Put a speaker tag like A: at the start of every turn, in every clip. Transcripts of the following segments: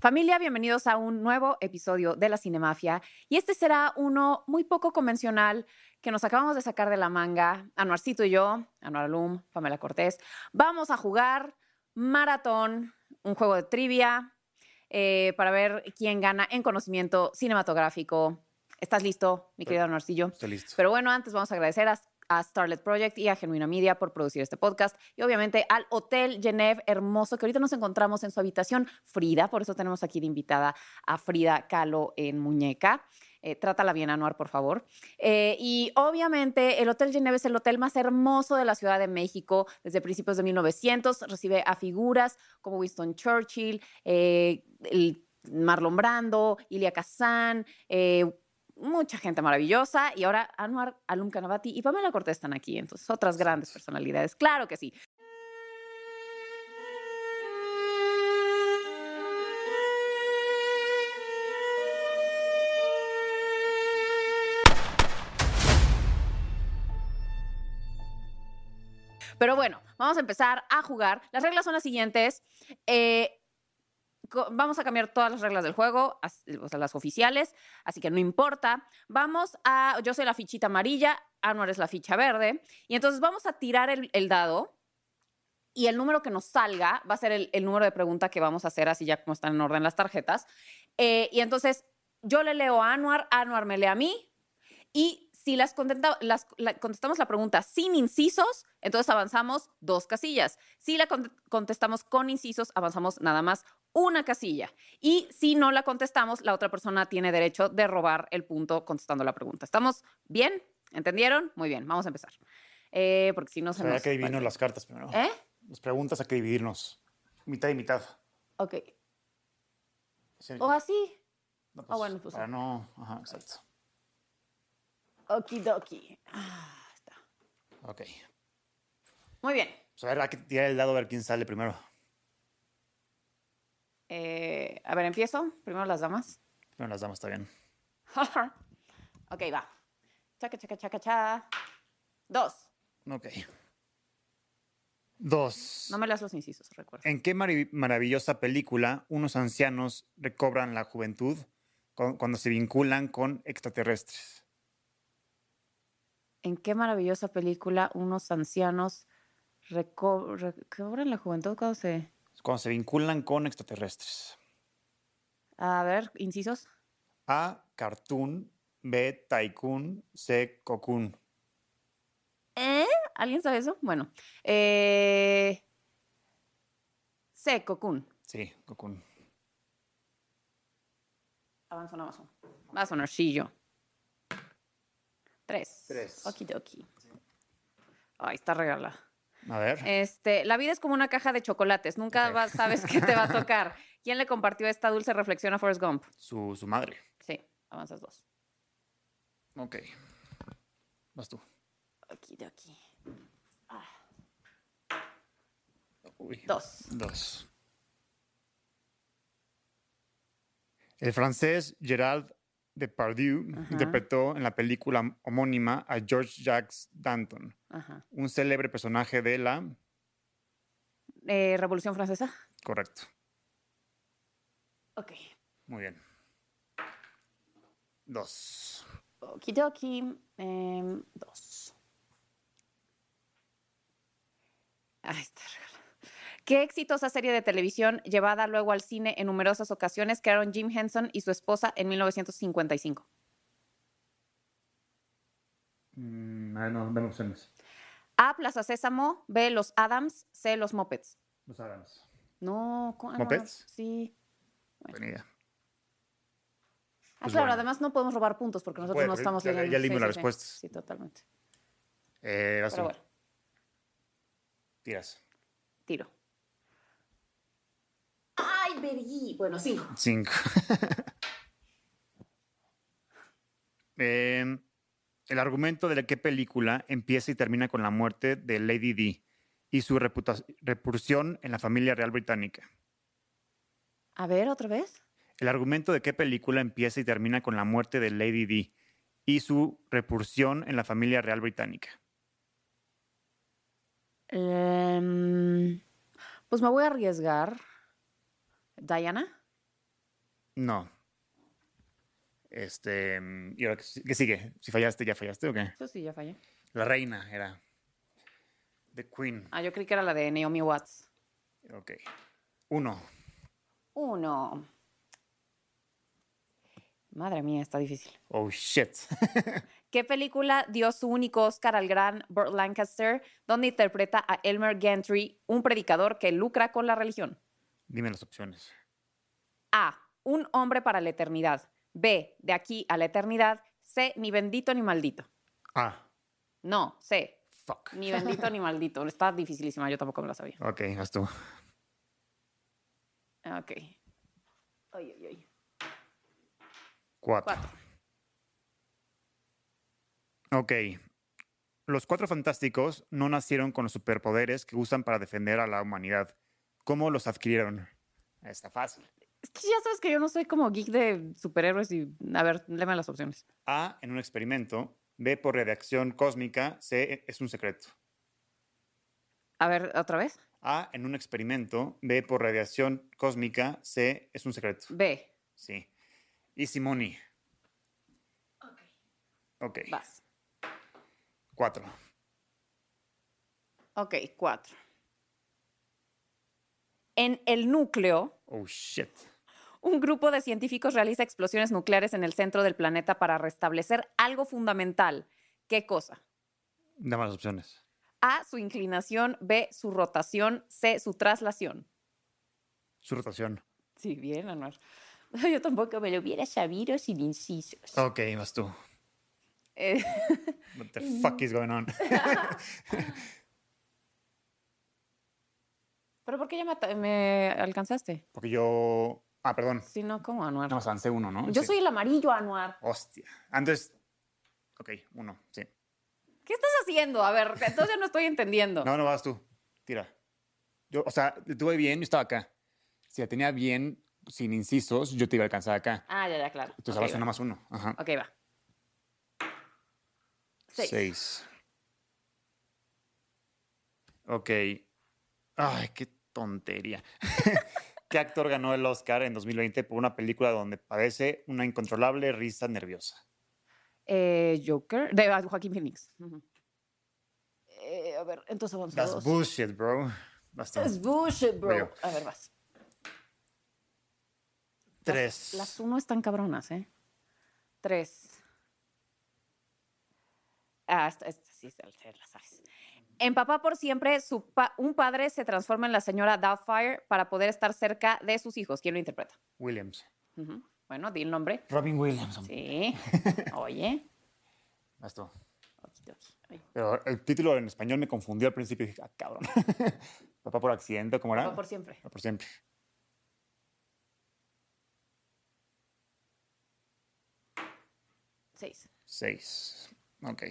A: Familia, bienvenidos a un nuevo episodio de La Cinemafia. Y este será uno muy poco convencional que nos acabamos de sacar de la manga, Anuarcito y yo, Anuar Alum, Pamela Cortés. Vamos a jugar maratón, un juego de trivia, eh, para ver quién gana en conocimiento cinematográfico. ¿Estás listo, mi querido Anuarcillo?
B: Estoy listo.
A: Pero bueno, antes vamos a agradecer a, a Starlet Project y a Genuina Media por producir este podcast y obviamente al Hotel Geneve hermoso que ahorita nos encontramos en su habitación Frida, por eso tenemos aquí de invitada a Frida Kahlo en muñeca. Eh, trátala bien, Anuar, por favor. Eh, y obviamente el Hotel Geneve es el hotel más hermoso de la Ciudad de México desde principios de 1900. Recibe a figuras como Winston Churchill, eh, el Marlon Brando, Ilia Kazan, eh, mucha gente maravillosa y ahora Anuar Alum Kanabati y Pamela Cortés están aquí, entonces otras grandes personalidades, claro que sí. Pero bueno, vamos a empezar a jugar. Las reglas son las siguientes. Eh, co- vamos a cambiar todas las reglas del juego, as- o sea, las oficiales, así que no importa. Vamos a, yo soy la fichita amarilla, Anuar es la ficha verde, y entonces vamos a tirar el, el dado y el número que nos salga va a ser el, el número de pregunta que vamos a hacer, así ya como están en orden las tarjetas. Eh, y entonces yo le leo a Anuar, Anuar me lee a mí, y si las, contenta- las- la- contestamos la pregunta sin incisos, entonces avanzamos dos casillas. Si la con- contestamos con incisos, avanzamos nada más una casilla. Y si no la contestamos, la otra persona tiene derecho de robar el punto contestando la pregunta. ¿Estamos bien? ¿Entendieron? Muy bien, vamos a empezar. Eh, porque si no se
B: Habría
A: nos...
B: que dividirnos las cartas primero.
A: ¿Eh?
B: Las preguntas hay que dividirnos. Mitad y mitad.
A: Ok.
B: Sí.
A: O así.
B: No,
A: ah, bueno, pues,
B: Para
A: ah.
B: no. Ajá, exacto.
A: Okidoki. Ah, está.
B: Ok.
A: Muy bien.
B: Pues a ver, hay que tirar el dado a ver quién sale primero.
A: Eh, a ver, empiezo. Primero las damas.
B: Primero las damas, está bien.
A: ok, va. Chaca, chaca, chaca, cha. Dos.
B: Ok. Dos.
A: No me leas los incisos, recuerda.
B: ¿En qué marav- maravillosa película unos ancianos recobran la juventud cu- cuando se vinculan con extraterrestres?
A: En qué maravillosa película unos ancianos reco- recobran la juventud cuando se...
B: Cuando se vinculan con extraterrestres.
A: A ver, incisos.
B: A. Cartoon. B. Tycoon. C. Cocoon.
A: ¿Eh? ¿Alguien sabe eso? Bueno. Eh... Seco, Kun.
B: Sí, Cocoon.
A: Avanzo, no avanzo. Va a sonar chillo. Tres.
B: Tres.
A: Okidoki. Ay, está regalada.
B: A ver.
A: Este, la vida es como una caja de chocolates, nunca
B: Ok.
A: vas- sabes qué te va a tocar. ¿Quién le compartió esta dulce reflexión a Forrest Gump?
B: Su, su madre.
A: Sí, avanzas dos.
B: Ok. Vas tú.
A: Aquí, aquí.
B: Uy.
A: Dos.
B: Dos. El francés Gerald Depardieu
A: Ajá.
B: interpretó en la película homónima a George Jacques Danton,
A: Ajá.
B: un célebre personaje de la...
A: Eh, Revolución Francesa.
B: Correcto.
A: Ok.
B: Muy bien. Dos.
A: Okidoki. em, dos. Ahí está. regalo. Qué exitosa serie de televisión llevada luego al cine en numerosas ocasiones crearon Jim Henson y su esposa en 1955.
B: Mm, ah, no, dame opciones.
A: A. Plaza Sésamo. B. Los Adams. C. Los Mopeds.
B: Los Adams.
A: No, ¿cómo? ah, no,
B: ¿Mopeds?
A: Sí.
B: Venida.
A: Ah,
B: Pues
A: claro,
B: bueno.
A: además no podemos robar puntos porque nosotros
B: puede,
A: no
B: porque
A: estamos
B: ya-
A: leyendo.
B: ya leímos
A: Sí,
B: las
A: sí, sí.
B: respuestas.
A: Sí, totalmente.
B: Eh, vas
A: Pero
B: tú.
A: bueno,
B: Tiras.
A: tiro. Ay, vergui. Bueno, sí.
B: Cinco. Em, el argumento de la que película empieza y termina con la muerte de Lady D y su reputa- repulsión en la familia real británica.
A: A ver, otra vez.
B: El argumento de qué película empieza y termina con la muerte de Lady D y su repulsión en la familia real británica.
A: Em, pues me voy a arriesgar. Diana.
B: No. Este, em, ¿y ahora qué si- qué sigue? Si fallaste, ya fallaste o qué?
A: Eso sí, ya fallé.
B: La reina era. The Queen.
A: Ah, yo creí que era la de Naomi Watts.
B: Ok. Uno.
A: Uno. Madre mía, está difícil.
B: Oh, shit.
A: ¿Qué película dio su único Oscar al gran Burt Lancaster, donde interpreta a Elmer Gantry, un predicador que lucra con la religión?
B: Dime las opciones.
A: A. Un hombre para la eternidad. B. De aquí a la eternidad. C. Ni bendito ni maldito.
B: Ah,
A: No, C.
B: fuck.
A: Ni bendito ni maldito. Está dificilísima, yo tampoco me la sabía.
B: Ok, vas tú.
A: Ah, Ok. Ay, ay, ay.
B: Cuatro.
A: Cuatro.
B: Ok. Los cuatro fantásticos no nacieron con los superpoderes que usan para defender a la humanidad. ¿Cómo los adquirieron? Está fácil.
A: Es que ya sabes que yo no soy como geek de superhéroes y. A ver, léeme las opciones.
B: A, en un experimento. B, por radiación cósmica. C, es un secreto.
A: A ver, otra vez.
B: A, en un experimento. B, por radiación cósmica. C, es un secreto.
A: B.
B: Sí. Easy money. Ok. Ok.
A: Vas.
B: Cuatro.
A: Ok, cuatro. En el núcleo,
B: Oh, shit.
A: un grupo de científicos realiza explosiones nucleares en el centro del planeta para restablecer algo fundamental. ¿Qué cosa?
B: Dame las opciones.
A: A, su inclinación, B, su rotación, C, su traslación.
B: Su rotación.
A: Sí, bien, Anuar. Yo tampoco me lo hubiera sabido sin incisos.
B: Ok, vas tú.
A: Eh,
B: What the fuck is going on?
A: ¿Pero por qué ya me, ata- me alcanzaste?
B: Porque yo. Ah, perdón.
A: Si no, ¿cómo, Anuar?
B: Nada más avancé uno, ¿no?
A: Yo
B: Sí.
A: soy el amarillo, Anuar.
B: Hostia. Antes. Ok, uno, sí.
A: ¿Qué estás haciendo? A ver, entonces ya no estoy entendiendo.
B: No, no vas tú. Tira. Yo, o sea, le tuve bien, yo estaba acá. Si la tenía bien, sin incisos, yo te iba a alcanzar acá.
A: Ah, ya, ya, claro.
B: Tú
A: Ok,
B: sabes
A: va.
B: nada más uno. Ajá.
A: Ok, va. Seis.
B: Seis. Ok. Ay, qué tontería. ¿Qué actor ganó el Oscar en 2020 por una película donde padece una incontrolable risa nerviosa?
A: Eh, Joker, de ah, Joaquín Phoenix. Ujú. Eh, a ver, entonces vamos a
B: That's
A: dos.
B: bullshit, bro. That's
A: That's bullshit,
B: Voy
A: bro.
B: yo.
A: A ver, vas.
B: Tres.
A: Las uno están cabronas, ¿eh? Tres. Ah, esta, esta sí, esta, esta la sabes. En Papá por Siempre, su pa- un padre se transforma en la señora Doubtfire para poder estar cerca de sus hijos. ¿Quién lo interpreta?
B: Williams.
A: Ujú. Bueno, di el nombre.
B: Robin Williams.
A: Sí. Oye.
B: Vas tú.
A: Okidoki. Ay,
B: Pero el título en español me confundió al principio y dije, ah, cabrón. Papá por accidente, ¿cómo era?
A: Papá por Siempre.
B: Papá por siempre.
A: Seis.
B: Seis. Ok.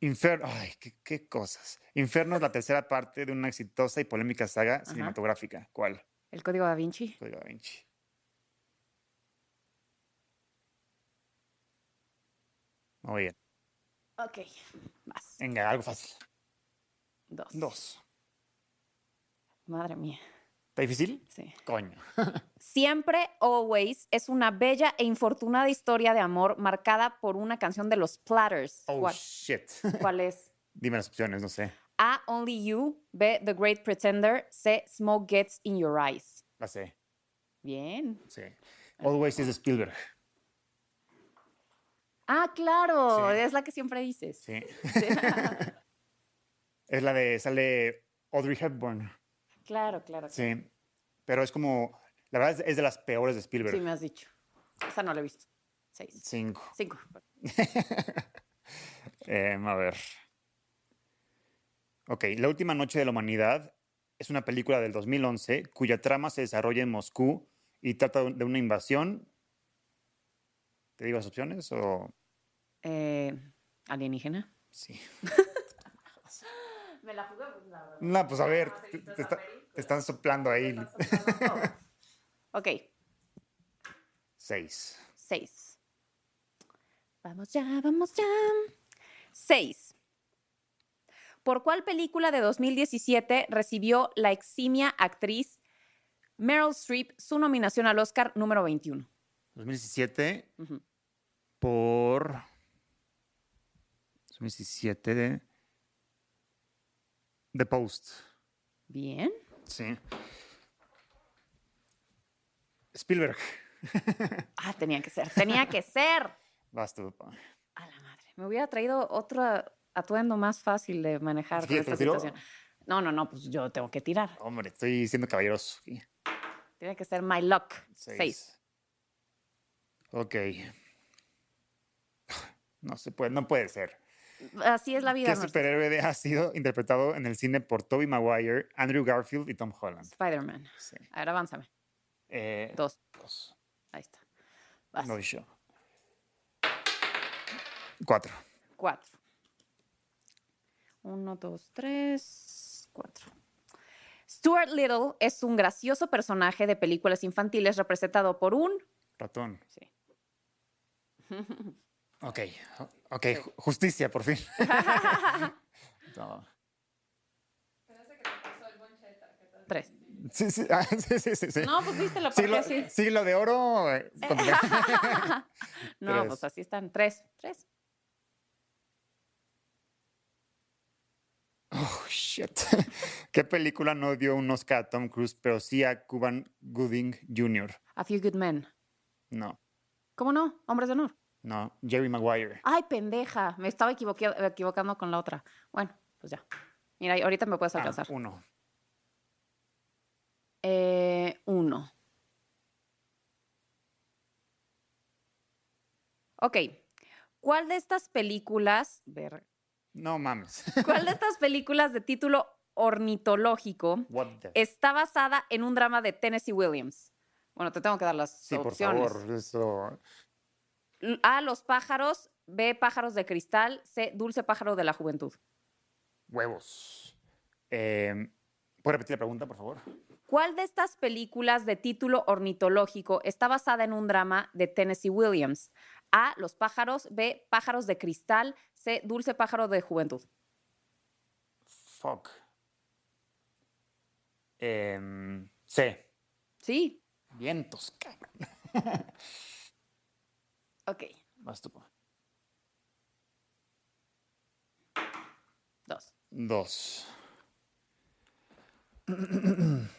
B: Inferno. Ay, qué, qué cosas. Inferno es la tercera parte de una exitosa y polémica saga cinematográfica. ¿Cuál?
A: El código da Vinci.
B: Código da Vinci. Muy bien.
A: Ok, vas.
B: Venga, algo fácil.
A: Dos.
B: Dos.
A: Madre mía.
B: ¿Está difícil?
A: Sí.
B: Coño.
A: Siempre, always, es una bella e infortunada historia de amor marcada por una canción de los Platters.
B: Oh,
A: ¿Cuál,
B: shit.
A: cuál es?
B: Dime las opciones, no sé.
A: A, Only You. B, The Great Pretender. C, Smoke Gets in Your Eyes.
B: La sé.
A: Bien.
B: Sí. Always is de Spielberg.
A: Ah, claro.
B: Sí.
A: Es la que siempre dices.
B: Sí. es la de. Sale Audrey Hepburn.
A: Claro, claro. Sí.
B: Sí. Pero es como. La verdad es, es de las peores de Spielberg.
A: me has dicho. Esa no la he visto. Seis.
B: Cinco.
A: Cinco.
B: Em, a ver. Ok, La Última Noche de la Humanidad es una película del 2011 cuya trama se desarrolla en Moscú y trata de una invasión. ¿Te digo las opciones o...?
A: Eh, ¿Alienígena?
B: Sí.
A: Me la jugué, pues la verdad.
B: No, pues a ver,
A: has
B: te,
A: visto
B: te
A: esa
B: está- te están soplando ahí.
A: Ok,
B: Seis.
A: seis. Vamos ya, vamos ya. Seis. ¿Por cuál película de 2017 recibió la eximia actriz Meryl Streep su nominación al Oscar número 21?
B: 2017
A: Ujú.
B: por... 2017 de... The Post.
A: Bien.
B: Sí. Spielberg.
A: Ah, tenía que ser, tenía que ser.
B: Vas tú, papá.
A: A la madre. Me hubiera traído otro atuendo más fácil de manejar
B: Sí,
A: Ah, con
B: ¿te
A: esta
B: lo tiro?
A: situación. No, no, no, pues yo tengo que tirar.
B: Hombre, estoy siendo caballeroso. aquí.
A: Tiene que ser my luck.
B: Seis.
A: Seis.
B: Ok. No se puede, no puede ser.
A: Así es la vida.
B: ¿Qué
A: Marta.
B: superhéroe de- ha sido interpretado en el cine por Tobey Maguire, Andrew Garfield y Tom Holland?
A: Spider-Man.
B: Sí.
A: A ver, avánzame.
B: Eh,
A: Dos.
B: dos.
A: Ahí está. Vas.
B: No, yo. Cuatro.
A: Cuatro. Uno, dos, tres, cuatro. Stuart Little es un gracioso personaje de películas infantiles representado por un...
B: Ratón.
A: Sí.
B: Ok. Ok, ju- justicia, por fin. No.
A: Tres.
B: Sí, sí, ah, sí, sí, sí, sí.
A: No, pues viste la parte
B: Siglo,
A: así.
B: siglo de oro. eh, con-
A: No,
B: Tres.
A: pues así están. Tres. Tres.
B: Oh, shit. ¿Qué película no dio un Oscar a Tom Cruise, pero sí a Cuban Gooding Jr.?
A: A Few Good Men.
B: No,
A: ¿Cómo no? Hombres de honor.
B: no, Jerry Maguire.
A: Ay, pendeja. Me estaba equivoque- equivocando con la otra. Bueno, pues ya. Mira, ahorita me puedes
B: Ah,
A: alcanzar.
B: uno.
A: Eh, uno. Ok. ¿Cuál de estas películas, ver-
B: No mames.
A: cuál de estas películas de título ornitológico
B: What the...
A: está basada en un drama de Tennessee Williams? Bueno, te tengo que dar las
B: Sí, por
A: opciones.
B: favor. Eso...
A: L- A, los pájaros. B, pájaros de cristal. C, dulce pájaro de la juventud.
B: Huevos. Eh, ¿Puedo repetir la pregunta, por favor?
A: ¿Cuál de estas películas de título ornitológico está basada en un drama de Tennessee Williams? A. Los pájaros. B. Pájaros de cristal. C. Dulce pájaro de juventud.
B: Fuck. Eh, sí.
A: Sí.
B: Vientos, cabrón.
A: Ok.
B: Vas tú.
A: Dos.
B: Dos.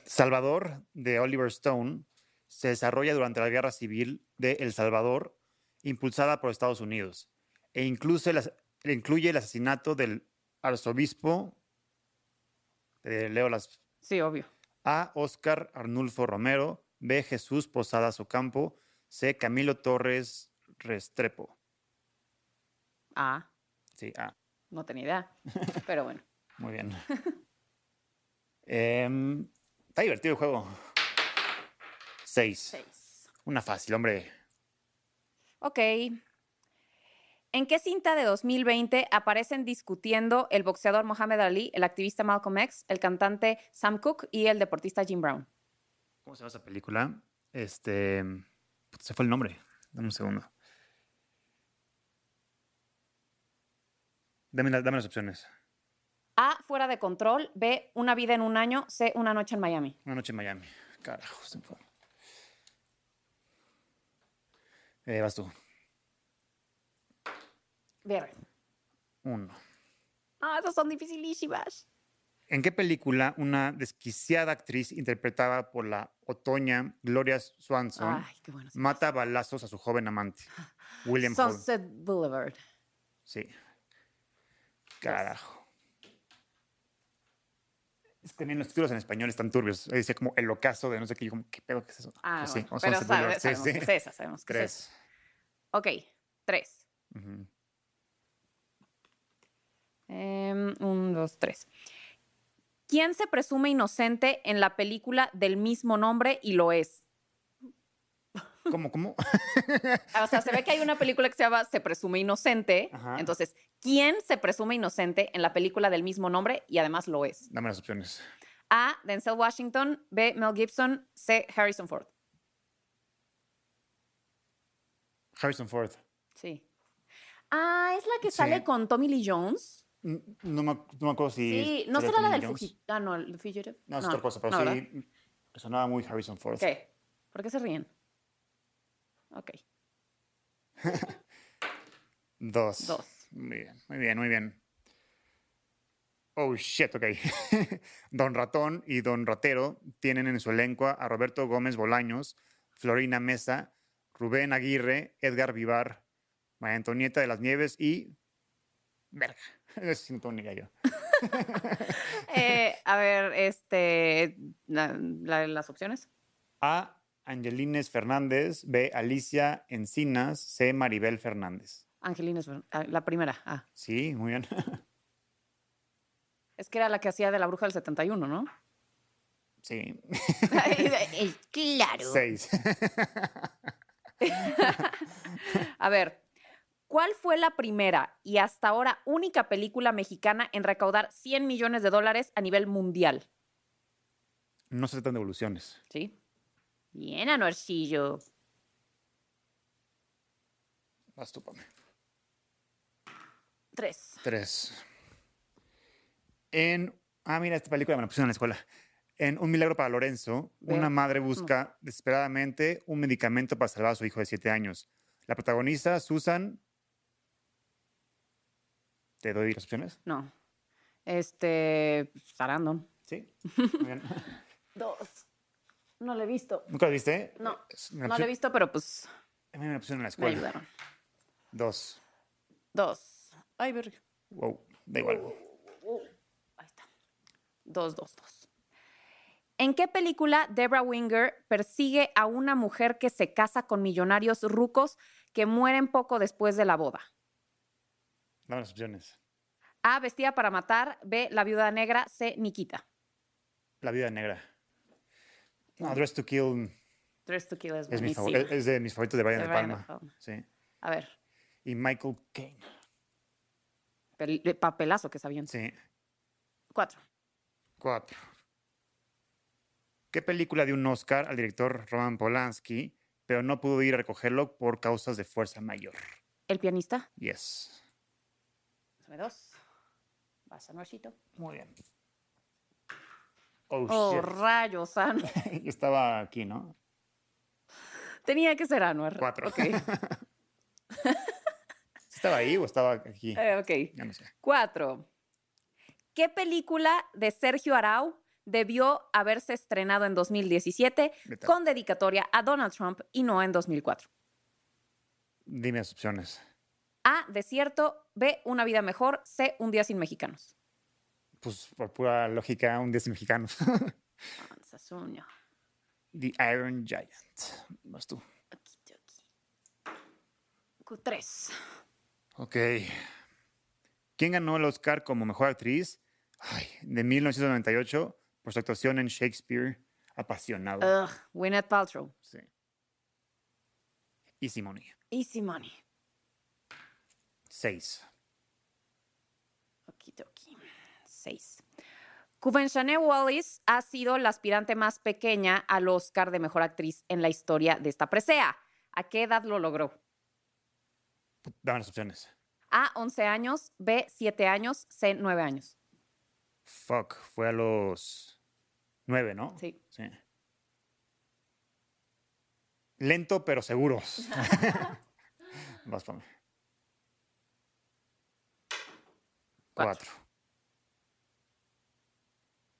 B: Salvador de Oliver Stone se desarrolla durante la Guerra Civil de El Salvador, impulsada por Estados Unidos, e incluso el as- e incluye el asesinato del arzobispo, te leo las
A: Sí, obvio.
B: A. Oscar Arnulfo Romero, B. Jesús Posadas Ocampo, C. Camilo Torres Restrepo.
A: A.
B: Sí, A.
A: No tenía idea. Pero bueno.
B: Muy bien. Em, está divertido el juego. Seis.
A: Seis.
B: Una fácil, hombre.
A: Ok. ¿En qué cinta de 2020 aparecen discutiendo el boxeador Mohamed Ali, el activista Malcolm X, el cantante Sam Cooke y el deportista Jim Brown?
B: ¿Cómo se llama esa película? pues, Este. puta, Se fue el nombre. Dame un segundo. Dame, la- dame las opciones.
A: A, fuera de control. B, una vida en un año. C, una noche en Miami.
B: Una noche en Miami. Carajo, se me fue. Eh, vas tú.
A: Verga.
B: Uno.
A: Ah, esas son dificilísimas.
B: ¿En qué película una desquiciada actriz interpretada por la otoña Gloria Swanson
A: Ay, qué bueno.
B: mata a balazos a su joven amante, William Holden?
A: Sunset Boulevard.
B: Sí. Carajo. Es que también los títulos en español están turbios. Ahí Decía como el ocaso de no sé qué. Yo como, ¿qué pedo que es eso?
A: Ah,
B: Pues sí,
A: bueno,
B: o
A: pero
B: Sunset
A: sabe-
B: Boulevard. Sí,
A: sabemos
B: sí.
A: que es esa, sabemos que es esa.
B: Tres.
A: Ok, tres.
B: Ujú.
A: Em, un, dos, tres. ¿Quién se presume inocente en la película del mismo nombre y lo es?
B: ¿Cómo, cómo?
A: O sea, se ve que hay una película que se llama Se presume inocente.
B: Ajá.
A: Entonces, ¿quién se presume inocente en la película del mismo nombre y además lo es?
B: Dame las opciones.
A: A. Denzel Washington. B. Mel Gibson. C. Harrison Ford.
B: Harrison Ford.
A: Sí. Ah, es la que
B: Sí.
A: sale con Tommy Lee Jones.
B: N- No me, ac- no me acuerdo si.
A: Sí, no
B: sería
A: será la
B: Tommy
A: del
B: Jones.
A: Fuji. Ah, no, el Fugitive.
B: No, es otra cosa, pero
A: no, ¿verdad?
B: sí. Sonaba muy Harrison Ford.
A: ¿Qué? ¿Por qué se ríen? Ok,
B: Dos.
A: Dos.
B: Muy bien, muy bien, muy bien. Oh, shit, ok. Don Ratón y Don Ratero tienen en su elenco a Roberto Gómez Bolaños, Florina Mesa, Rubén Aguirre, Edgar Vivar, María Antonieta de las Nieves y... Verga, eso sí no tengo ni idea yo.
A: Eh, a ver, este, la- la- las opciones.
B: A. Angelines Fernández, B. Alicia Encinas, C. Maribel Fernández.
A: Angelina, es ver- ah, la primera. Ah,
B: Sí, muy bien.
A: es que era la que hacía de la bruja del 71, ¿no?
B: Sí,
A: Eh, claro.
B: seis.
A: A ver, ¿cuál fue la primera y hasta ahora única película mexicana en recaudar 100 millones de dólares a nivel mundial?
B: No se tratan de evoluciones.
A: ¿Sí? Bien, Anuercillo.
B: Vas tú, Pame.
A: Tres.
B: Tres. En. Ah, mira, esta película me la pusieron en la escuela. En Un Milagro para Lorenzo,
A: Veo.
B: una madre busca desesperadamente un medicamento para salvar a su hijo de siete años. La protagonista, Susan. ¿Te doy las opciones?
A: No. Este, Sarandon.
B: Sí. Muy bien.
A: Dos. No lo he visto.
B: ¿Nunca la viste?
A: No,
B: Es-
A: no
B: me la
A: lo he
B: pusieron-
A: visto, pero pues
B: A mí me la pusieron en la
A: me
B: escuela.
A: ayudaron.
B: Dos.
A: Dos. Ay, verga.
B: Wow, da igual.
A: Ahí está. Dos, dos, dos. ¿En qué película Deborah Winger persigue a una mujer que se casa con millonarios rucos que mueren poco después de la boda?
B: Dame las opciones.
A: A. Vestida para matar. B. La viuda negra. C. Nikita.
B: La vida negra. No, Dress to Kill
A: Dress to Kill es
B: es, mi favor-
A: buenísima.
B: es de mis favoritos de Brian
A: De
B: de
A: Brian De
B: Palma.
A: Palma.
B: Sí.
A: A ver,
B: Y Michael Caine.
A: pel- eh, papelazo que sabían.
B: Sí.
A: Cuatro.
B: Cuatro. ¿Qué película dio un Oscar al director Roman Polanski, pero no pudo ir a recogerlo por causas de fuerza mayor?
A: El pianista.
B: Yes.
A: Dame dos. Vas a Nochito.
B: Muy bien. Oh,
A: Oh,
B: shit.
A: rayos, Anu.
B: Yo estaba aquí, ¿no?
A: Tenía que ser Anuar.
B: Cuatro.
A: Ok.
B: ¿Estaba ahí o estaba aquí?
A: Eh, ok.
B: Ya no sé.
A: Cuatro. ¿Qué película de Sergio Arau debió haberse estrenado en 2017
B: Vete.
A: con dedicatoria a Donald Trump y no en 2004?
B: Dime las opciones.
A: A. Desierto. B. Una vida mejor. C. Un día sin mexicanos.
B: Pues por pura lógica, un 10 mexicanos.
A: Sazuño.
B: The Iron Giant. Vas tú.
A: Aquí, aquí. Q3.
B: Ok. ¿Quién ganó el Oscar como mejor actriz Ay, de 1998 por su actuación en Shakespeare apasionado?
A: Ugh, Gwyneth Paltrow.
B: Sí. Y Simone.
A: Easy money.
B: Seis.
A: Okidoki. Seis. Kuvenchane Wallis ha sido la aspirante más pequeña al Oscar de Mejor Actriz en la historia de esta presea. ¿A qué edad lo logró?
B: Dame las opciones.
A: A, 11 años, B, 7 años, C, 9 años.
B: Fuck, fue a los nueve, ¿no?
A: Sí.
B: Sí. Lento pero seguros. Vas para
A: Cuatro.
B: Cuatro.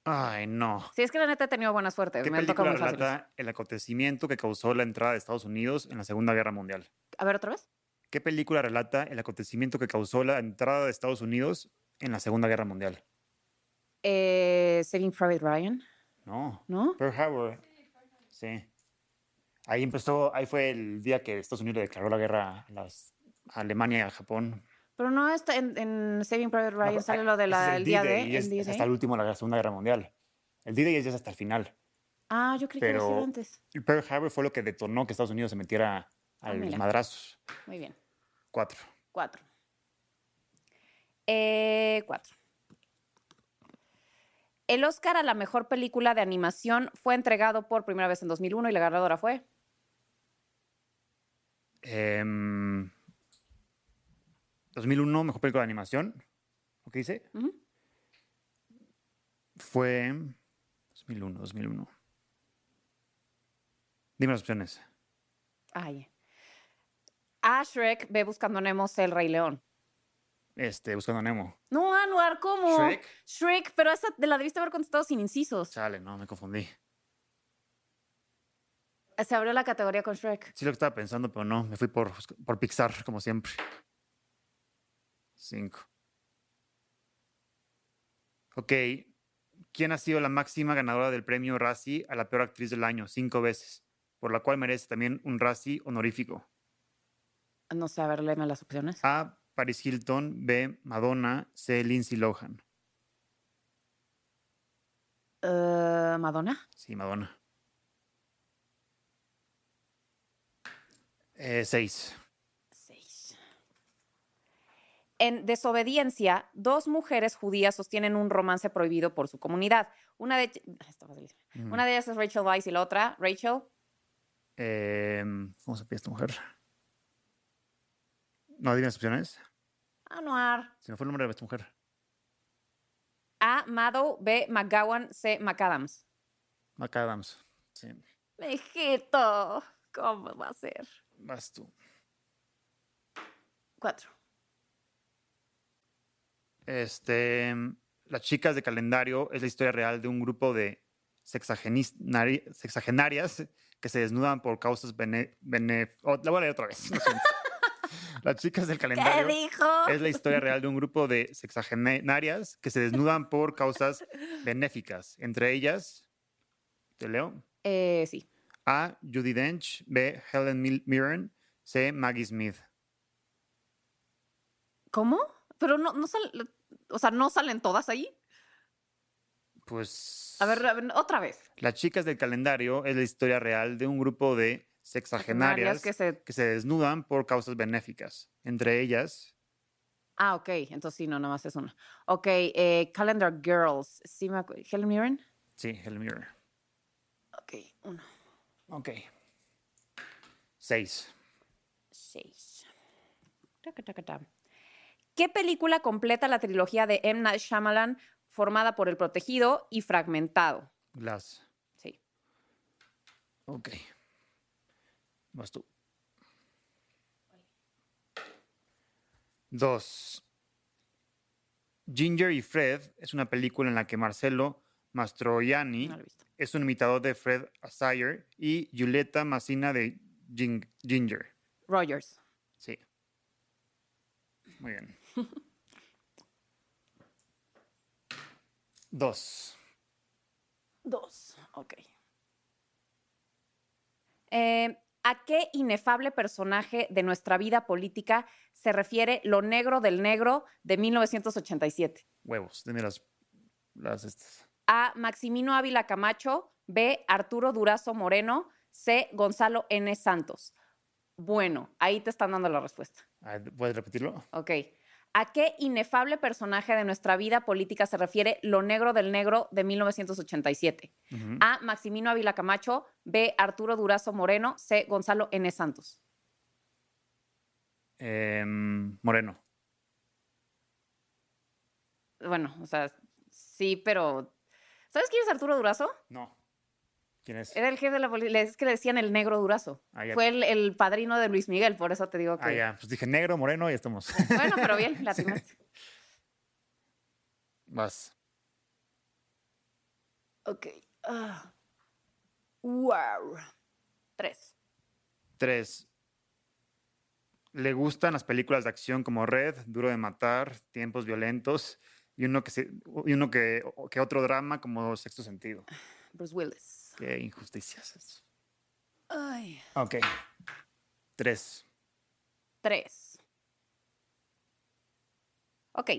B: Ay, no.
A: Sí, es que la neta he tenido buena suerte.
B: ¿Qué
A: Me han tocado
B: película
A: muy fáciles.
B: relata el acontecimiento que causó la entrada de Estados Unidos en la Segunda Guerra Mundial?
A: A ver, otra vez.
B: ¿Qué película relata el acontecimiento que causó la entrada de Estados Unidos en la Segunda Guerra Mundial?
A: Eh, Saving Private Ryan,
B: No.
A: ¿no?
B: Pearl Harbor. Sí. Ahí empezó, ahí fue el día que Estados Unidos le declaró la guerra a, las, a Alemania y a Japón.
A: Pero no está en, en Saving Private Ryan,
B: No, ah,
A: sale lo del
B: ese es el
A: día
B: D-Day,
A: de.
B: es,
A: el día
B: es
A: de-
B: hasta el último de la Segunda Guerra Mundial. El D-Day es ya hasta el final.
A: Ah, yo creí que
B: pero-
A: había sido antes.
B: El Pearl Harbor fue lo que detonó que Estados Unidos se metiera a
A: Ah,
B: los
A: mira.
B: madrazos.
A: Muy bien.
B: Cuatro.
A: Cuatro. Eh, cuatro. El Oscar a la mejor película de animación fue entregado por primera vez en 2001 y la ganadora fue.
B: Em, 2001, mejor película de animación. ¿Lo que dice?
A: Ujú.
B: Fue 2001, 2001. Dime las opciones.
A: Ay. A Shrek ve buscando a Nemo el Rey León.
B: Este, Buscando a Nemo.
A: No, Anuar, ¿cómo?
B: Shrek.
A: Shrek, pero esa de la debiste haber contestado sin incisos.
B: Chale, no, me confundí.
A: Se abrió la categoría con Shrek.
B: Sí lo que estaba pensando, pero no, me fui por, pues, por Pixar, como siempre. Cinco. Ok. ¿Quién ha sido la máxima ganadora del premio Razzie a la peor actriz del año? Cinco veces. Por la cual merece también un Razzie honorífico.
A: No sé, a ver, léeme las opciones.
B: A. Paris Hilton. B. Madonna. C. Lindsay Lohan.
A: Eh, Madonna.
B: Sí, Madonna. Eh, seis.
A: Seis. En desobediencia, dos mujeres judías sostienen un romance prohibido por su comunidad. Una de, ah, está facilísimo.
B: Ujú.
A: Una de ellas es Rachel Weisz y la otra, Rachel.
B: Em, ¿Cómo se pide esta mujer? No, dime las opciones.
A: Anuar.
B: Se me fue el nombre de esta mujer.
A: A. Madow. B. McGowan. C. McAdams.
B: McAdams. Sí.
A: Mejito, ¿cómo va a ser?
B: Vas tú.
A: Cuatro.
B: Este, Las chicas de calendario es la historia real de un grupo de sexagenis- nari- sexagenarias que se desnudan por causas bene... bene- oh, la voy a leer otra vez. lo siento. Las chicas del
A: ¿Qué
B: calendario
A: dijo?
B: es la historia real de un grupo de sexagenarias que se desnudan por causas benéficas. Entre ellas, te leo,
A: Eh, sí.
B: A. Judy Dench. B. Helen Mil- Mirren. C. Maggie Smith.
A: ¿Cómo? Pero no, no sal- o sea, no salen todas ahí.
B: Pues.
A: A ver, a ver, otra vez.
B: Las chicas del calendario es la historia real de un grupo de sexagenarias
A: que
B: que se,
A: se
B: desnudan por causas benéficas. Entre ellas,
A: Ah, ok. Entonces sí, no, nada más es una. Ok, eh, Calendar Girls. Sí, me acu- Helen Mirren.
B: sí, Helen Mirren.
A: Ok, uno,
B: Ok. Seis.
A: seis. Taca, taca, tam. ¿Qué película completa la trilogía de M. Night Shyamalan formada por El Protegido y Fragmentado?
B: Glass.
A: Sí.
B: Ok. Vas tú. Dos. Ginger y Fred es una película en la que Marcelo Mastroianni
A: No lo he visto.
B: es un imitador de Fred Astaire y Julieta Massina de Gin- Ginger.
A: Rogers.
B: Sí. Muy bien. Dos.
A: Dos. Ok. Eh, ¿A qué inefable personaje de nuestra vida política se refiere Lo Negro del Negro de 1987?
B: Huevos. Dime las, las estas.
A: A. Maximino Ávila Camacho. B. Arturo Durazo Moreno. C. Gonzalo N. Santos. Bueno, ahí te están dando la respuesta.
B: A ver, ¿Puedes repetirlo?
A: Ok. ¿A qué inefable personaje de nuestra vida política se refiere Lo Negro del Negro de 1987?
B: Ujú.
A: A. Maximino Ávila Camacho. B. Arturo Durazo Moreno. C. Gonzalo N. Santos.
B: Em, Moreno.
A: bueno, o sea, sí, pero. ¿Sabes quién es Arturo Durazo?
B: No. ¿Quién es?
A: Era el jefe de la policía. Es que le decían el negro Durazo.
B: Ah, ya.
A: Fue el, el padrino de Luis Miguel, por eso te digo que.
B: Ah, ya. Pues dije negro, moreno y estamos.
A: Bueno, pero bien, la atinaste.
B: Vas.
A: Ok. ah. wow. Tres.
B: Tres. Le gustan las películas de acción como Red, Duro de Matar, Tiempos Violentos y uno que, se- y uno que, que otro drama como Sexto Sentido.
A: Bruce Willis.
B: Qué injusticias.
A: Ay.
B: Ok. Tres.
A: Tres. Ok.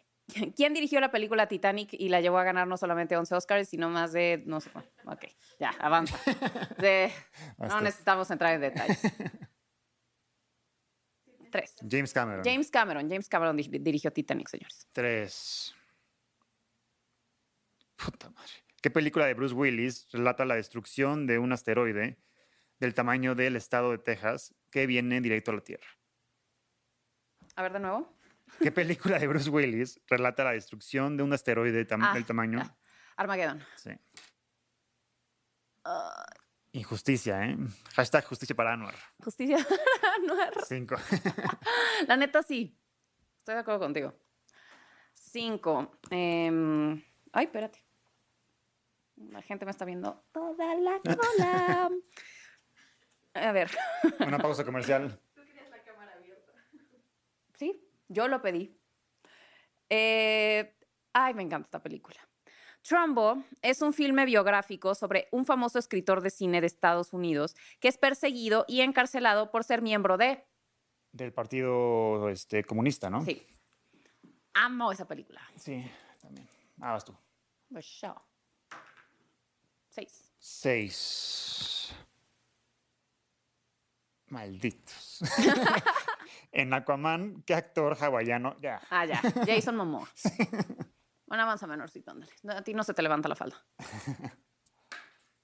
A: ¿Quién dirigió la película Titanic y la llevó a ganar no solamente 11 Oscars, sino más de, no sé, cuánto? ok, ya, avanza. De- no
B: Basta.
A: necesitamos entrar en detalles. Tres.
B: James Cameron.
A: James Cameron, James Cameron di- dirigió Titanic, señores.
B: Tres. Puta madre. ¿Qué película de Bruce Willis relata la destrucción de un asteroide del tamaño del estado de Texas que viene directo a la Tierra?
A: A ver, de nuevo.
B: ¿Qué película de Bruce Willis relata la destrucción de un asteroide tam-
A: Ah,
B: del tamaño?
A: ah. Armageddon.
B: Sí. Injusticia, ¿eh? Hashtag justicia para Anwar.
A: Justicia. Anuar.
B: Cinco.
A: La neta, sí. Estoy de acuerdo contigo. Cinco. em, ay, espérate. La gente me está viendo toda la cola. A ver,
B: Una pausa comercial.
A: sí, yo lo pedí. Eh, ay, me encanta esta película. Trumbo es un filme biográfico sobre un famoso escritor de cine de Estados Unidos que es perseguido y encarcelado por ser miembro de
B: Del Partido este, Comunista, ¿no?
A: Sí. Amo esa película.
B: Sí, también. Ah, vas tú.
A: Pues ya. Seis.
B: Seis. Malditos. en Aquaman, ¿qué actor hawaiano? Ya.
A: Ah, ya. Jason Momoa. Bueno, avanza menorcito, ándale. No, A ti no se te levanta la falda.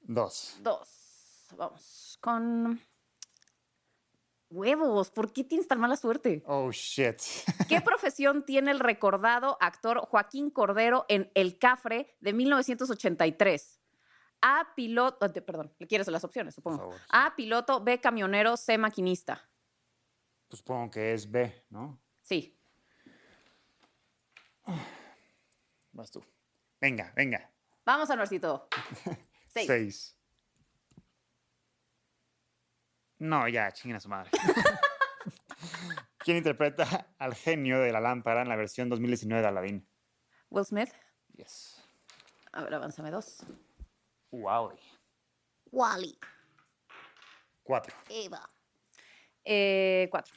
B: Dos.
A: Dos. Vamos. Con. Huevos. ¿Por qué tienes tan mala suerte?
B: Oh, shit.
A: ¿Qué profesión tiene el recordado actor Joaquín Cordero en El Cafre de 1983? A, piloto. eh, Perdón, le quieres las opciones, supongo.
B: favor, sí.
A: A, piloto. B, camionero. C, maquinista.
B: Pues supongo que es B, ¿no?
A: Sí.
B: Vas tú. Venga, venga.
A: Vamos, Anuarcito. Seis.
B: Seis. No, ya, chinguen a su madre. ¿Quién interpreta al genio de la lámpara en la versión 2019 de Aladdin?
A: Will Smith.
B: Yes.
A: A ver, avánzame dos.
B: Wow.
C: Wally,
B: Cuatro.
C: Eva,
A: Eh, cuatro.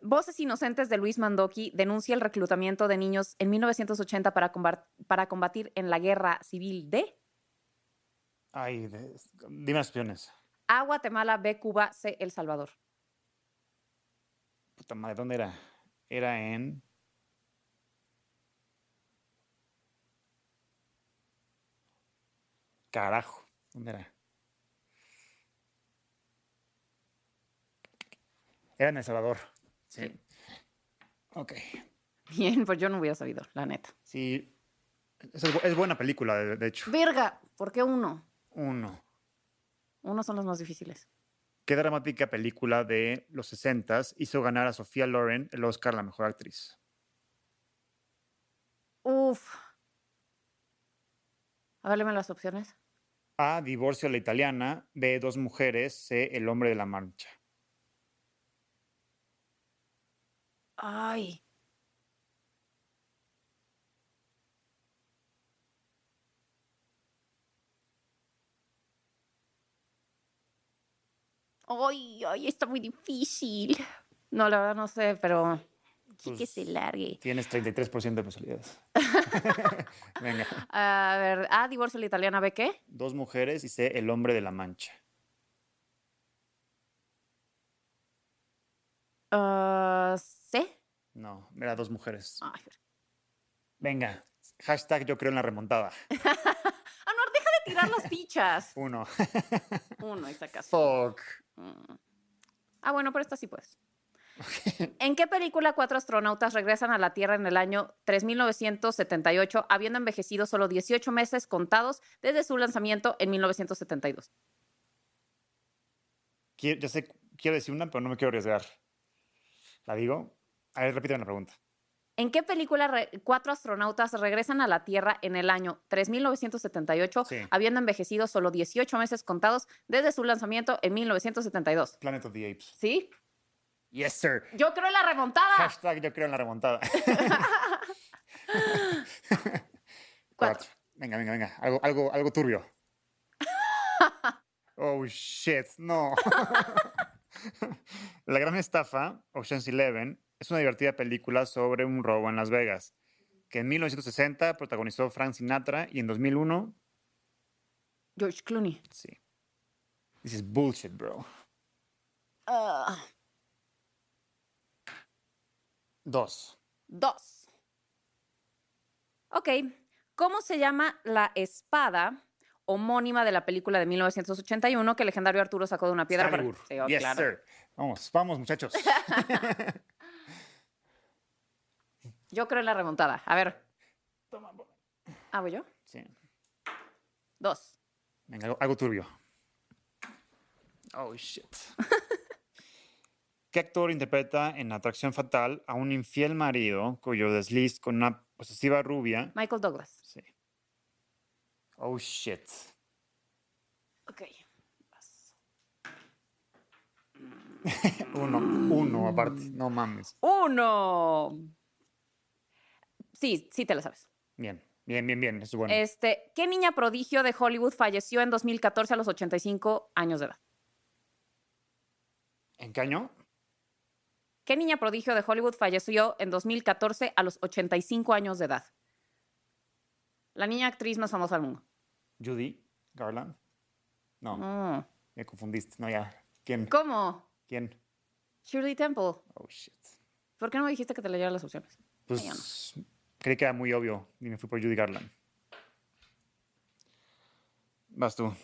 A: Voces Inocentes de Luis Mandoki denuncia el reclutamiento de niños en 1980 para, combat- para combatir en la guerra civil de
B: Ay, de- dime las opciones.
A: A, Guatemala, B, Cuba, C, El Salvador.
B: Puta madre, ¿dónde era? Era en. Carajo, ¿dónde era? Era en El Salvador. Sí. Ok.
A: Bien, pues yo no hubiera sabido, la neta.
B: Sí. Es, es bu- es buena película, de, de hecho.
A: Verga, ¿por qué uno?
B: Uno.
A: Uno son los más difíciles.
B: ¿Qué dramática película de los 60 hizo ganar a Sofía Loren el Oscar a la mejor actriz?
A: Uf. A ver, léeme las opciones.
B: A. Divorcio a la italiana. B. Dos mujeres. C. El hombre de la mancha.
A: Ay. Ay, ay, está muy difícil. No, la verdad no sé, pero
C: que
B: Pues,
C: se largue.
B: Tienes 33% de posibilidades. Venga.
A: a ver, ah, divorcio la italiana, ¿ve qué?
B: Dos mujeres y C. El hombre de la mancha.
A: Ah, ¿C?
B: No, era dos mujeres.
A: Ay, ver-
B: Venga. Hashtag yo creo en la remontada.
A: Ah, no, deja de tirar las fichas.
B: Uno.
A: Uno, este y sacas.
B: Fuck.
A: Mm. Ah, bueno, pero esta sí puedes. ¿En qué película cuatro astronautas regresan a la Tierra en el año 3978, habiendo envejecido solo 18 meses contados desde su lanzamiento en 1972?
B: Qui- ya sé, quiero decir una, pero no me quiero arriesgar. ¿La digo? A ver, repíteme la pregunta.
A: ¿En qué película re- cuatro astronautas regresan a la Tierra en el año 3978,
B: Sí.
A: habiendo envejecido solo 18 meses contados desde su lanzamiento en 1972?
B: Planet of the Apes.
A: ¿Sí?
B: Yes, sir.
A: Yo creo en la remontada.
B: Hashtag yo creo en la remontada.
A: Cuatro.
B: Venga, venga, venga. Algo, algo, algo turbio. Oh, shit. No. La gran estafa, Ocean's Eleven, es una divertida película sobre un robo en Las Vegas, que en 1960 protagonizó Frank Sinatra y en 2001,
A: George Clooney.
B: sí. This is bullshit, bro.
A: Ah,
B: Dos.
A: dos. Ok. ¿Cómo se llama la espada homónima de la película de 1981 que el legendario Arturo sacó de una piedra? para-
B: Excalibur.
A: Sí, oh,
B: yes,
A: claro.
B: sir. Vamos, vamos, muchachos.
A: Yo creo en la remontada. A ver.
B: Toma, bo-
A: ¿Ah, voy yo?
B: sí.
A: Dos.
B: Venga, algo, algo turbio. Oh, shit. ¿Qué actor interpreta en Atracción Fatal a un infiel marido cuyo desliz con una posesiva rubia?
A: Michael Douglas.
B: Sí. Oh, shit.
A: Ok. Vas.
B: Uno, uno aparte. No mames.
A: Uno. Sí, sí te la sabes.
B: Bien, bien, bien, bien. Eso es bueno.
A: Este, ¿qué niña prodigio de Hollywood falleció en 2014 a los 85 años de edad?
B: ¿En qué año?
A: ¿Qué niña prodigio de Hollywood falleció en 2014 a los 85 años de edad? La niña actriz más famosa del mundo.
B: ¿Judy Garland? No,
A: Mm.
B: me confundiste. No, ya. ¿Quién?
A: ¿Cómo?
B: ¿Quién?
A: Shirley Temple.
B: Oh, shit.
A: ¿Por qué no me dijiste que te leyera las opciones? Ay, yo no.
B: Pues creí que era muy obvio y me fui por Judy Garland. Vas tú.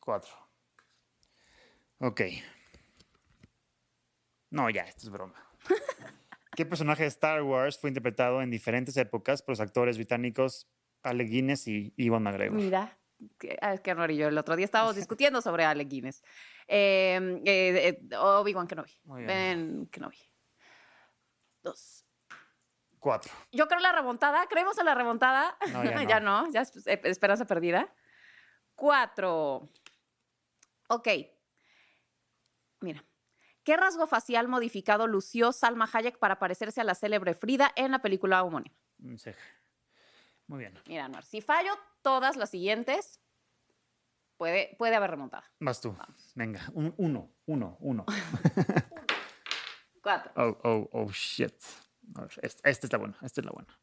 B: Cuatro. Ok. No, ya, esto es broma. ¿Qué personaje de Star Wars fue interpretado en diferentes épocas por los actores británicos Ale Guinness y Ivan McGregor?
A: Mira, que- ah, es que Honor y yo el otro día estábamos discutiendo sobre Ale Guinness. Eh, eh, eh, Obi-Wan Kenobi.
B: Muy
A: Ben Kenobi. Dos.
B: Cuatro.
A: Yo creo en la remontada. ¿Creemos en la remontada?
B: No, ya
A: ya no. Ya es eh, esperanza perdida. Cuatro. Ok. Mira. ¿Qué rasgo facial modificado lució Salma Hayek para parecerse a la célebre Frida en la película homónima?
B: Un ceja. Muy bien.
A: Mira, Noir, si fallo todas las siguientes, puede, puede haber remontada.
B: Vas tú. Venga, un- uno, uno, uno.
A: Cuatro.
B: Oh, oh, oh, shit. A ver, es- esta, es la buena, esta es la buena.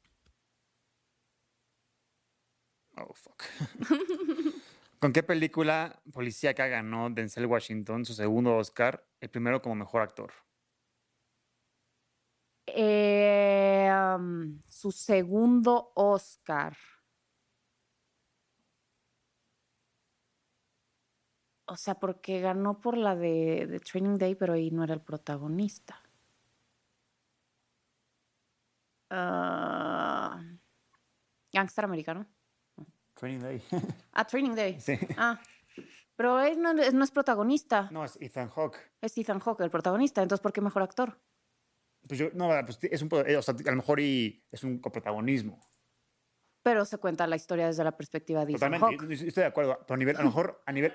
B: Oh, fuck. ¿Con qué película policíaca ganó Denzel Washington su segundo Oscar, el primero como mejor actor?
A: Eh, am, su segundo Oscar. O sea, porque ganó por la de, de Training Day, pero ahí no era el protagonista. Ah, Gangster americano.
B: Training Day.
A: Ah, Training Day.
B: sí.
A: Ah, pero él no, no es protagonista.
B: No, es Ethan Hawke.
A: Es Ethan Hawke el protagonista. Entonces, ¿por qué mejor actor?
B: Pues yo, no, pues es un, pro- eh, o sea, a lo mejor y es un coprotagonismo.
A: Pero se cuenta la historia desde la perspectiva de Ethan
B: Totalmente,
A: Hawke.
B: yo- yo estoy de acuerdo, pero a nivel, a lo mejor, a nivel...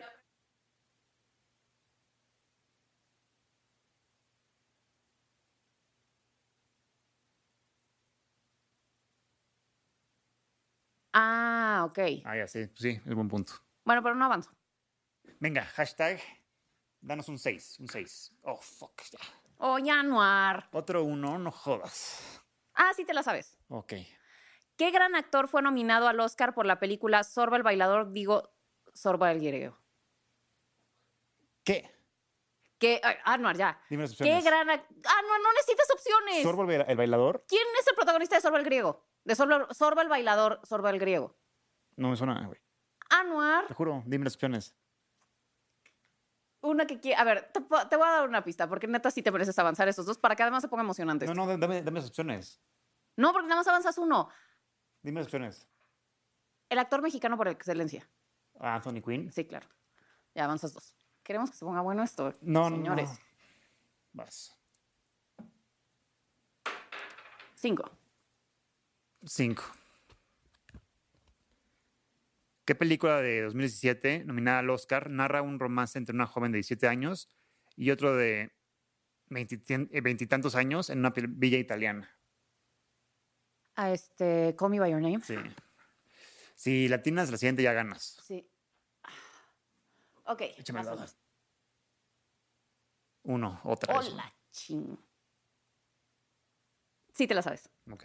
A: Ah, ok.
B: Ah, ya, sí, sí, es buen punto.
A: Bueno, pero no avanzo.
B: Venga, hashtag, danos un 6, un 6. Oh, fuck, ya.
A: Oh, Januar.
B: Otro uno, no jodas.
A: Ah, sí te la sabes.
B: Ok.
A: ¿Qué gran actor fue nominado al Oscar por la película Sorba el bailador? Digo, Sorba el griego.
B: ¿Qué?
A: ¿Qué? Ay, Anuar, ya.
B: Dime las opciones.
A: ¿Qué gran ac- Anuar, no necesitas opciones.
B: ¿Sorbo el baila- el bailador?
A: ¿Quién es el protagonista de Sorba el griego? De Sorba, Sorba el bailador, Sorba el griego. Ah,
B: No me suena, güey.
A: Anuar,
B: Te juro, dime las opciones.
A: una que quiera. A ver, te, po- te voy a dar una pista, porque neta sí te mereces avanzar esos dos para que además se ponga emocionante.
B: No,
A: No,
B: no, dame, dame las opciones.
A: porque nada más avanzas uno.
B: Dime las opciones.
A: El actor mexicano por excelencia.
B: Ah, Anthony Quinn.
A: Sí, claro. Ya avanzas dos. Queremos que se ponga bueno esto.
B: No, no,
A: señores.
B: no. Vas.
A: Cinco.
B: Cinco. ¿Qué película de 2017, nominada al Oscar, narra un romance entre una joven de 17 años y otro de veintitien- eh, veintitantos años en una pil- villa italiana?
A: A este, Call Me By Your Name.
B: Sí. Si latinas, la siguiente ya ganas.
A: Sí. Ah. Ok.
B: Échame
A: vas
B: la
A: tú.
B: bala. Uno, otra. eso.
A: Hola, ching. Sí, te la sabes.
B: Ok.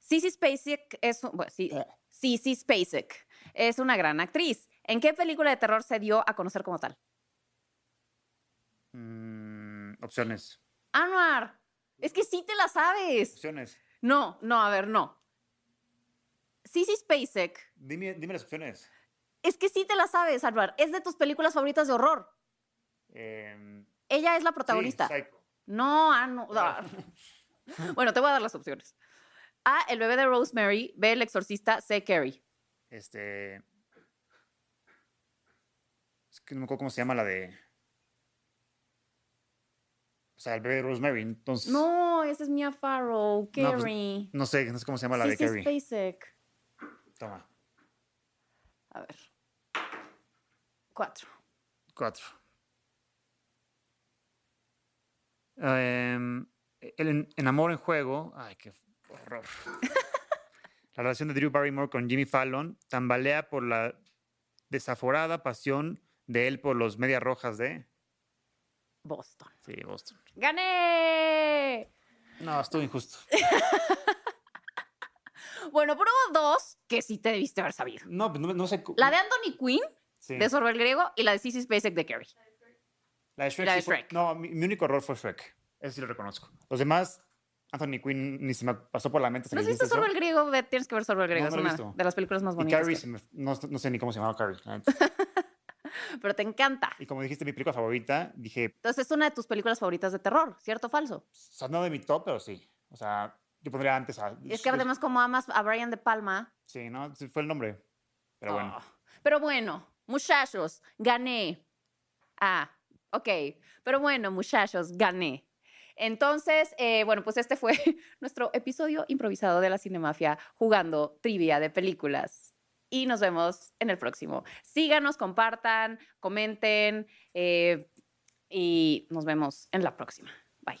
A: Sissy Spacek es, un- bueno,
B: Eh.
A: sí, Sissy Spacek es una gran actriz. ¿En qué película de terror se dio a conocer como tal?
B: Mm, opciones.
A: Anuar, es que sí te la sabes.
B: Opciones.
A: No, no, a ver, no. Sissy Spacek,
B: Dime, dime las opciones.
A: es que sí te la sabes, Anuar. Es de tus películas favoritas de horror.
B: Em, sí, Ah.
A: Ella es la protagonista.
B: Psycho.
A: No, Anuar. bueno, te voy a dar las opciones. A, El bebé de Rosemary. B, El exorcista. C, Carrie.
B: Este. Es que no me acuerdo cómo se llama la de. O sea, el bebé de Rosemary. Entonces.
A: No, esa es Mia Farrow.
B: pues,
A: Carrie.
B: No sé, no sé cómo se llama la de
A: Sissy
B: Carrie.
A: Spacek.
B: Toma.
A: A ver. Cuatro.
B: Cuatro. Em, el en, en Amor en Juego. Ay, qué horror. la relación de Drew Barrymore con Jimmy Fallon tambalea por la desaforada pasión de él por los medias rojas de.
A: Boston.
B: Sí, Boston.
A: ¡Gané!
B: No, estuvo injusto.
A: Bueno, pero hubo dos que sí te debiste haber sabido.
B: No, pues no, no sé. cu-
A: La de Anthony Quinn,
B: sí.
A: de Sorbel Griego, y la de Sissy Spacek de Carrie.
B: La de Shrek.
A: la de
B: sí fue-
A: Shrek.
B: no, mi, mi único error fue Shrek. Eso sí lo reconozco. Los demás, Anthony Quinn ni se me pasó por la mente. hasta
A: ¿No
B: que
A: has visto
B: dijiste
A: Sorbel
B: eso.
A: Griego? Ve, tienes que ver Sorbel Griego.
B: no
A: es
B: lo he
A: una
B: visto.
A: de las películas más
B: Y
A: bonitas.
B: Carrie,
A: que-
B: se me- no, no sé ni cómo se llamaba Carrie. la neta.
A: Pero te encanta.
B: y como dijiste, mi película favorita, dije,
A: Entonces es una de tus películas favoritas de terror, ¿cierto o falso?
B: o sea, no de mi top, pero sí. O sea, yo pondría antes a.
A: Es que además como amas a Brian De Palma.
B: Sí, ¿no? Sí, fue el nombre. Pero bueno.
A: Oh. Pero bueno, muchachos, gané. Ah, ok. Pero bueno, muchachos, gané. Entonces, eh, bueno, pues este fue nuestro episodio improvisado de la Cinemafia jugando trivia de películas. Y nos vemos en el próximo. Síganos, compartan, comenten eh, y nos vemos en la próxima. Bye.